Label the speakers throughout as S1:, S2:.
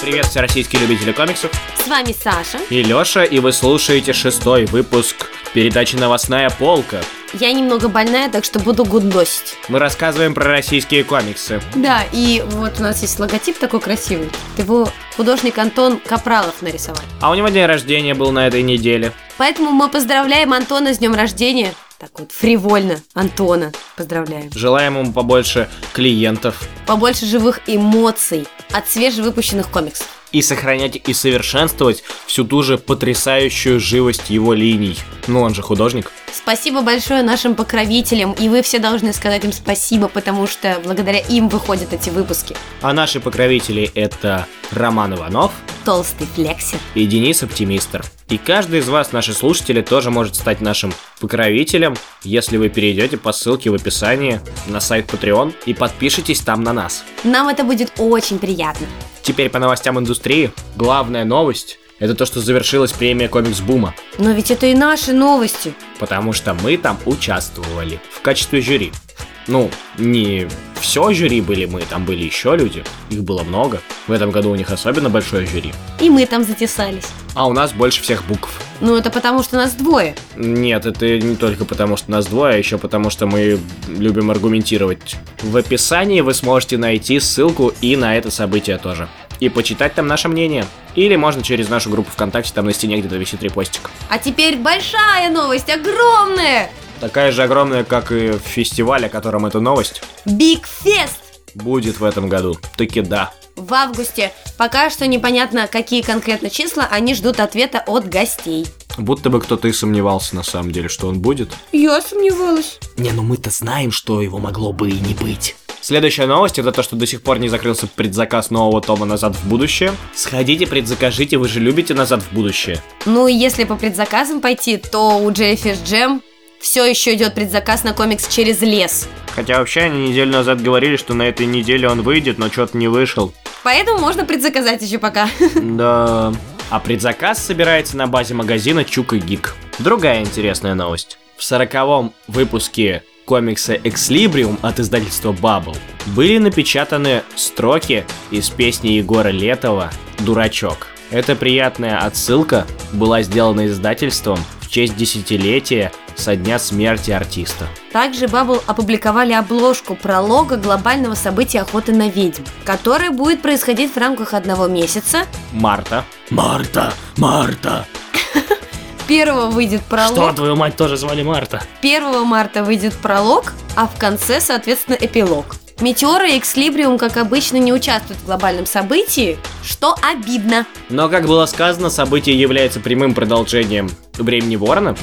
S1: Привет, все российские любители комиксов.
S2: С вами Саша.
S1: И Лёша, и вы слушаете шестой выпуск передачи «Новостная полка».
S2: Я немного больная, так что буду гудосить.
S1: Мы рассказываем про российские комиксы.
S2: Да, и вот у нас есть логотип такой красивый. Его художник Антон Капралов нарисовал.
S1: А у него день рождения был на этой неделе.
S2: Поэтому мы поздравляем Антона с днем рождения. Так вот, фривольно Антона поздравляем.
S1: Желаем ему побольше клиентов.
S2: Побольше живых эмоций от свежевыпущенных комиксов.
S1: И сохранять и совершенствовать всю ту же потрясающую живость его линий. Ну, он же художник.
S2: Спасибо большое нашим покровителям, и вы все должны сказать им спасибо, потому что благодаря им выходят эти выпуски.
S1: А наши покровители это Роман Иванов
S2: Толстый флексер.
S1: и Денис Оптимистр. И каждый из вас, наши слушатели, тоже может стать нашим покровителем, если вы перейдете по ссылке в описании на сайт Patreon и подпишитесь там на нас.
S2: Нам это будет очень приятно.
S1: Теперь по новостям индустрии. Главная новость – это то, что завершилась премия комикс Бума,
S2: Но ведь это и наши новости.
S1: потому что мы там участвовали в качестве жюри. Ну, не все жюри были мы, там были еще люди, их было много. В этом году у них особенно большое жюри.
S2: И мы там затесались.
S1: А у нас больше всех букв.
S2: Ну, это потому, что нас двое.
S1: Нет, это не только потому, что нас двое, а еще потому, что мы любим аргументировать. В описании вы сможете найти ссылку и на это событие тоже. И почитать там наше мнение. Или можно через нашу группу ВКонтакте, там на стене где-то висит репостик.
S2: А теперь большая новость, огромная!
S1: Такая же огромная, как и фестиваль, о котором эта новость,
S2: Биг Фест!
S1: будет в этом году. Таки да.
S2: В августе. Пока что непонятно, какие конкретно числа, они ждут ответа от гостей.
S1: Будто бы кто-то и сомневался на самом деле, что он будет.
S2: Я сомневалась.
S1: Не, ну мы-то знаем, что его могло бы и не быть. Следующая новость это то, что до сих пор не закрылся предзаказ нового тома «Назад в будущее». Сходите, предзакажите, вы же любите «Назад в будущее».
S2: Ну и если по предзаказам пойти, то у Джеффиш Джем все еще идет предзаказ на комикс «Через лес».
S1: Хотя вообще они неделю назад говорили, что на этой неделе он выйдет, но что-то не вышел.
S2: Поэтому можно предзаказать еще пока.
S1: Да. А предзаказ собирается на базе магазина Чука Гик. Другая интересная новость. В сороковом выпуске комикса «Экслибриум» от издательства «Бабл» были напечатаны строки из песни Егора Летова «Дурачок». Эта приятная отсылка была сделана издательством в честь десятилетия со дня смерти артиста.
S2: Также Бабл опубликовали обложку пролога глобального события охоты на ведьм, которое будет происходить в рамках одного месяца.
S1: Марта. Марта! Марта!
S2: Первого выйдет пролог.
S1: твою мать, тоже звали Марта?
S2: 1 марта выйдет пролог, а в конце, соответственно, эпилог. Метеоры и Экслибриум, как обычно, не участвуют в глобальном событии, что обидно.
S1: Но, как было сказано, событие является прямым продолжением «Времени Ворона»,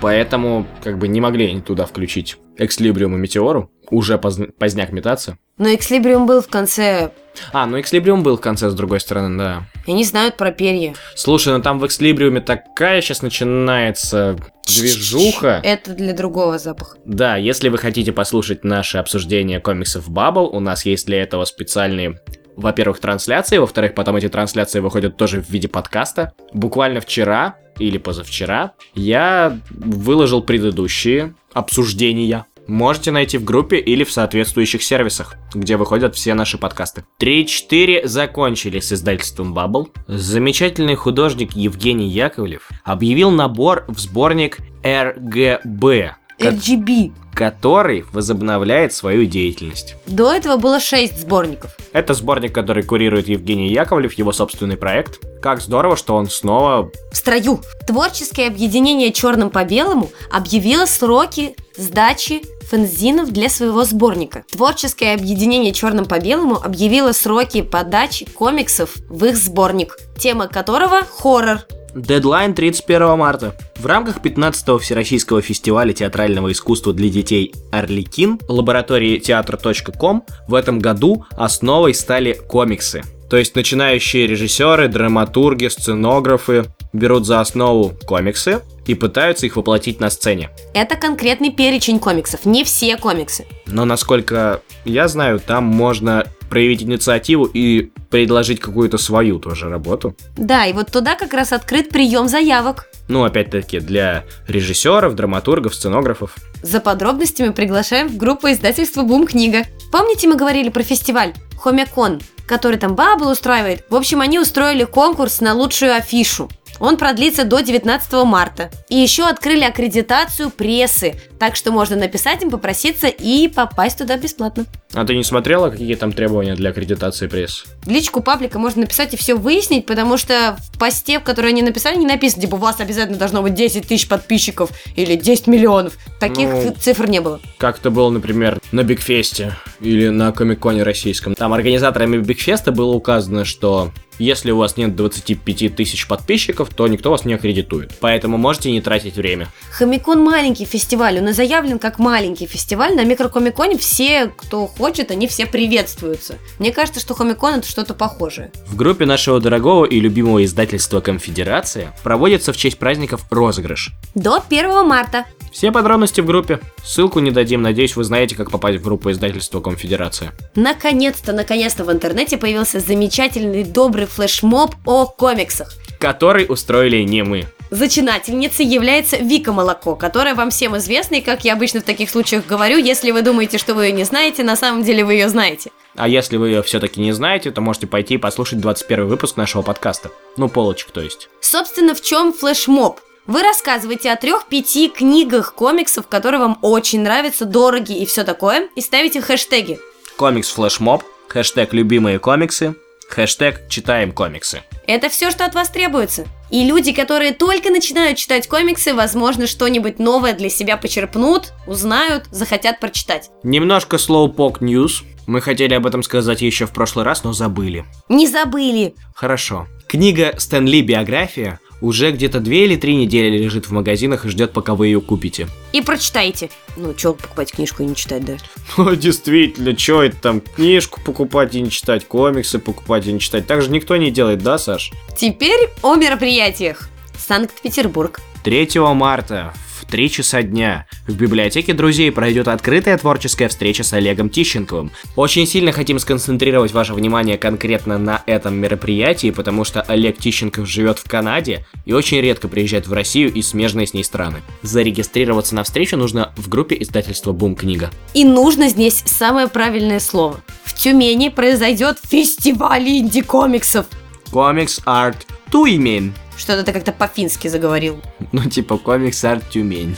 S1: поэтому как бы не могли они туда включить Экслибриум и Метеору, уже позн- поздняк метаться.
S2: Но Экслибриум был в конце...
S1: А, ну Экслибриум был в конце, с другой стороны, да.
S2: Они знают про перья.
S1: Слушай, ну там в Экслибриуме такая сейчас начинается движуха.
S2: Это для другого запаха.
S1: Да, если вы хотите послушать наше обсуждение комиксов Бабл, у нас есть для этого специальные во-первых, трансляции, во-вторых, потом эти трансляции выходят тоже в виде подкаста. Буквально вчера или позавчера я выложил предыдущие обсуждения. Можете найти в группе или в соответствующих сервисах, где выходят все наши подкасты. 3-4 закончили с издательством Bubble. Замечательный художник Евгений Яковлев объявил набор в сборник РГБ, ко-
S2: RGB.
S1: который возобновляет свою деятельность.
S2: До этого было 6 сборников.
S1: Это сборник, который курирует Евгений Яковлев, его собственный проект. Как здорово, что он снова...
S2: В строю. Творческое объединение «Черным по белому» объявило сроки сдачи фензинов для своего сборника. Творческое объединение «Черным по белому» объявило сроки подачи комиксов в их сборник, тема которого – хоррор.
S1: Дедлайн 31 марта. В рамках 15-го Всероссийского фестиваля театрального искусства для детей «Орликин» лаборатории театра.ком в этом году основой стали комиксы. То есть начинающие режиссеры, драматурги, сценографы берут за основу комиксы и пытаются их воплотить на сцене.
S2: Это конкретный перечень комиксов, не все комиксы.
S1: Но насколько я знаю, там можно проявить инициативу и предложить какую-то свою тоже работу.
S2: Да, и вот туда как раз открыт прием заявок.
S1: Ну, опять-таки, для режиссеров, драматургов, сценографов.
S2: За подробностями приглашаем в группу издательства «Бум Книга». Помните, мы говорили про фестиваль Хомякон, который там Бабл устраивает. В общем, они устроили конкурс на лучшую афишу. Он продлится до 19 марта. И еще открыли аккредитацию прессы, так что можно написать им, попроситься и попасть туда бесплатно.
S1: А ты не смотрела, какие там требования для аккредитации пресс?
S2: В личку паблика можно написать и все выяснить, потому что в посте, в который они написали, не написано, типа, у вас обязательно должно быть 10 тысяч подписчиков или 10 миллионов. Таких
S1: Ну.
S2: цифр не было.
S1: Как это было, например, на Бигфесте или на Комиконе российском. Там организаторами Бигфеста было указано, что если у вас нет 25 тысяч подписчиков, то никто вас не аккредитует. Поэтому можете не тратить время.
S2: Хомикон маленький фестиваль, он и заявлен как маленький фестиваль. На микрокомиконе все, кто хочет, они все приветствуются. Мне кажется, что хомикон это что-то похожее.
S1: В группе нашего дорогого и любимого издательства «Конфедерация» проводится в честь праздников розыгрыш.
S2: До 1 марта.
S1: Все подробности в группе. Ссылку не дадим, надеюсь, вы знаете, как попасть в группу издательства «Конфедерация».
S2: Наконец-то, наконец-то в интернете появился замечательный добрый флешмоб о комиксах.
S1: Который устроили не мы.
S2: Зачинательницей является Вика Молоко, которая вам всем известна, и как я обычно в таких случаях говорю, если вы думаете, что вы ее не знаете, на самом деле вы ее знаете.
S1: А если вы ее все-таки не знаете, то можете пойти и послушать 21 выпуск нашего подкаста. Ну, полочек, то есть.
S2: Собственно, в чем флешмоб? Вы рассказываете о трех-пяти книгах, комиксов, которые вам очень нравятся, дороги и все такое, и ставите хэштеги.
S1: Комикс флешмоб, хэштег любимые комиксы, хэштег читаем комиксы.
S2: Это все, что от вас требуется. И люди, которые только начинают читать комиксы, возможно, что-нибудь новое для себя почерпнут, узнают, захотят прочитать.
S1: Немножко slowpoke news. Мы хотели об этом сказать еще в прошлый раз, но забыли.
S2: Не забыли.
S1: Хорошо. Книга Стэнли «Биография» уже где-то две или три недели лежит в магазинах и ждет, пока вы ее купите.
S2: И прочитайте. Ну, чё покупать книжку и не читать, да?
S1: Ну, действительно, что это там, книжку покупать и не читать, комиксы покупать и не читать. Так же никто не делает, да, Саш?
S2: Теперь о мероприятиях. Санкт-Петербург.
S1: 3 марта в 3 часа дня в библиотеке друзей пройдет открытая творческая встреча с Олегом Тищенковым. Очень сильно хотим сконцентрировать ваше внимание конкретно на этом мероприятии, потому что Олег Тищенков живет в Канаде и очень редко приезжает в Россию и смежные с ней страны. Зарегистрироваться на встречу нужно в группе издательства Бум Книга.
S2: И нужно здесь самое правильное слово. В Тюмени произойдет фестиваль инди-комиксов.
S1: Комикс Арт Туймень.
S2: Что-то ты как-то по-фински заговорил.
S1: Ну, типа комикс Арт Тюмень.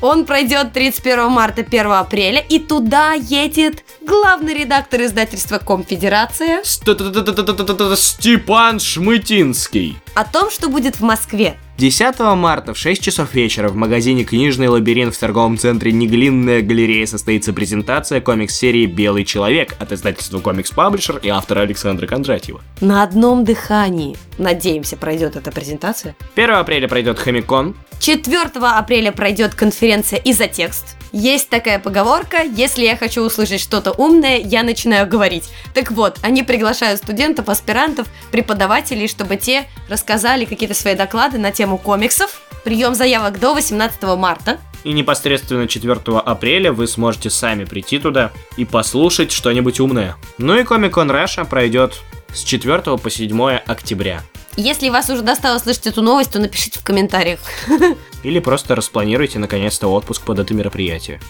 S2: Он пройдет 31 марта, 1 апреля, и туда едет главный редактор издательства Комфедерация.
S1: Степан Шмытинский.
S2: О том, что будет в Москве.
S1: 10 марта в 6 часов вечера в магазине «Книжный лабиринт» в торговом центре «Неглинная галерея» состоится презентация комикс-серии «Белый человек» от издательства «Комикс Паблишер» и автора Александра Кондратьева.
S2: На одном дыхании. Надеемся, пройдет эта презентация.
S1: 1 апреля пройдет «Хомикон»,
S2: 4 апреля пройдет конференция «И за текст». Есть такая поговорка, если я хочу услышать что-то умное, я начинаю говорить. Так вот, они приглашают студентов, аспирантов, преподавателей, чтобы те рассказали какие-то свои доклады на тему комиксов. Прием заявок до 18 марта.
S1: и непосредственно 4 апреля вы сможете сами прийти туда и послушать что-нибудь умное. Ну и «Комикон Раша» пройдет с 4 по 7 октября.
S2: Если вас уже достало слышать эту новость, то напишите в комментариях.
S1: Или просто распланируйте наконец-то отпуск под это мероприятие.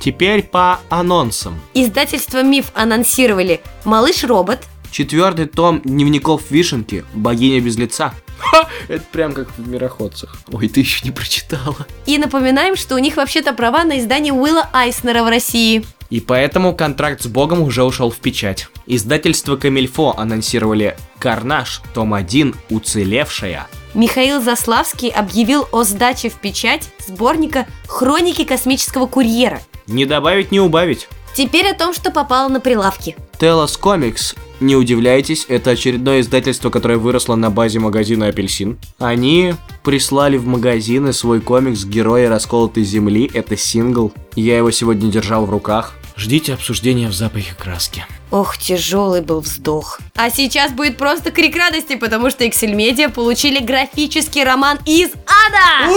S1: Теперь по анонсам.
S2: Издательство «Миф» анонсировали «Малыш-робот»,
S1: Четвертый том дневников Вишенки «Богиня без лица». Ха, это прям как в «Мироходцах». Ой, ты еще не прочитала.
S2: и напоминаем, что у них вообще-то права на издание Уилла Айснера в России.
S1: И поэтому контракт с Богом уже ушел в печать. Издательство Камильфо анонсировали «Карнаж», том 1, «Уцелевшая».
S2: Михаил Заславский объявил о сдаче в печать сборника «Хроники космического курьера».
S1: Не добавить, не убавить.
S2: Теперь о том, что попало на прилавки.
S1: Телос Комикс. Не удивляйтесь, это очередное издательство, которое выросло на базе магазина «Апельсин». Они прислали в магазины свой комикс «Герои расколотой земли». Это сингл. Я его сегодня держал в руках. Ждите обсуждения в запахе краски.
S2: Ох, тяжелый был вздох. А сейчас будет просто крик радости, потому что Excel Media получили графический роман из ада!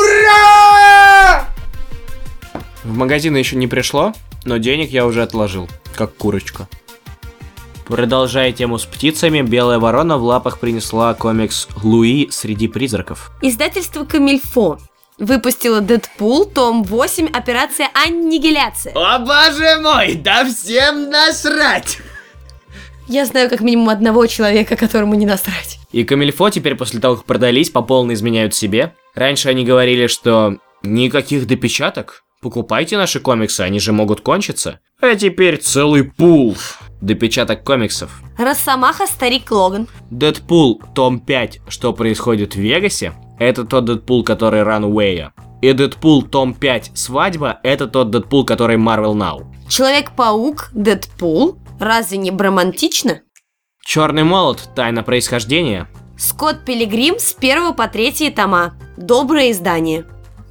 S1: Ура! В магазины еще не пришло, но денег я уже отложил, как курочка. Продолжая тему с птицами, Белая Ворона в лапах принесла комикс «Луи среди призраков».
S2: Издательство Камильфо выпустила Дэдпул, том 8, операция Аннигиляция.
S1: О боже мой, да всем насрать!
S2: Я знаю как минимум одного человека, которому не насрать.
S1: И Камильфо теперь после того, как продались, по полной изменяют себе. Раньше они говорили, что никаких допечаток. Покупайте наши комиксы, они же могут кончиться. А теперь целый пул допечаток комиксов.
S2: Росомаха, старик Логан.
S1: Дэдпул, том 5, что происходит в Вегасе, это тот Дэдпул, который Рануэя. И Дэдпул, том 5, свадьба, это тот Дэдпул, который Marvel Now.
S2: Человек-паук, Дэдпул. Разве не бромантично?
S1: Черный молот, тайна происхождения.
S2: Скотт Пилигрим с 1 по 3 тома. Доброе издание.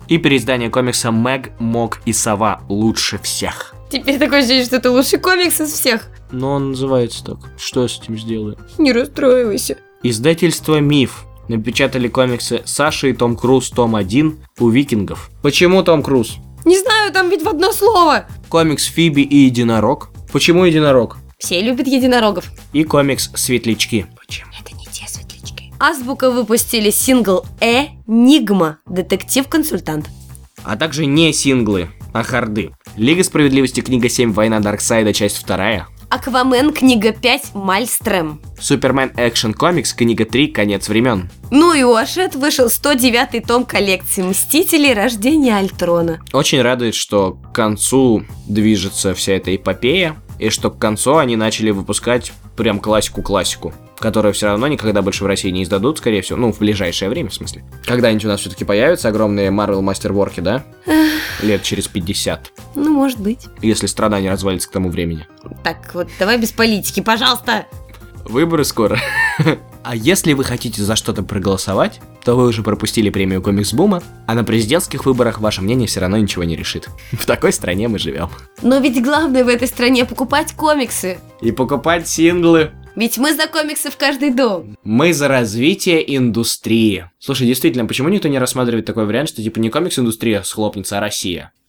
S1: И переиздание комикса Мэг, Мог и Сова лучше всех.
S2: Теперь такое ощущение, что это лучший комикс из всех.
S1: Но он называется так. Что я с этим сделаю?
S2: Не расстраивайся.
S1: Издательство «Миф» напечатали комиксы Саши и Том Круз том 1 у викингов. Почему Том Круз?
S2: Не знаю, там ведь в одно слово.
S1: Комикс Фиби и Единорог. Почему Единорог?
S2: Все любят единорогов.
S1: И комикс Светлячки. Почему?
S2: Это не те светлячки. Азбука выпустили сингл «Э. Нигма. Детектив-консультант.
S1: А также не синглы, а харды. Лига справедливости, книга 7, Война Дарксайда, часть 2.
S2: Аквамен. Книга 5. Мальстрем.
S1: Супермен Экшн Комикс, книга 3, Конец времен.
S2: Ну и у Ашет вышел 109-й том коллекции «Мстители. Рождение Альтрона».
S1: Очень радует, что к концу движется вся эта эпопея, и что к концу они начали выпускать прям классику-классику, которую все равно никогда больше в России не издадут, скорее всего, ну, в ближайшее время, в смысле. Когда-нибудь у нас все-таки появятся огромные Marvel мастерворки, да? Лет через 50,
S2: Ну, может быть.
S1: если страна не развалится к тому времени.
S2: Так, вот давай без политики, пожалуйста.
S1: Выборы скоро. А если вы хотите за что-то проголосовать, то вы уже пропустили премию Комикс Бума, а на президентских выборах ваше мнение все равно ничего не решит. В такой стране мы живем.
S2: Но ведь главное в этой стране покупать комиксы.
S1: И покупать синглы.
S2: Ведь мы за комиксы в каждый дом.
S1: Мы за развитие индустрии. Слушай, действительно, почему никто не рассматривает такой вариант, что типа не комикс-индустрия схлопнется, а Россия?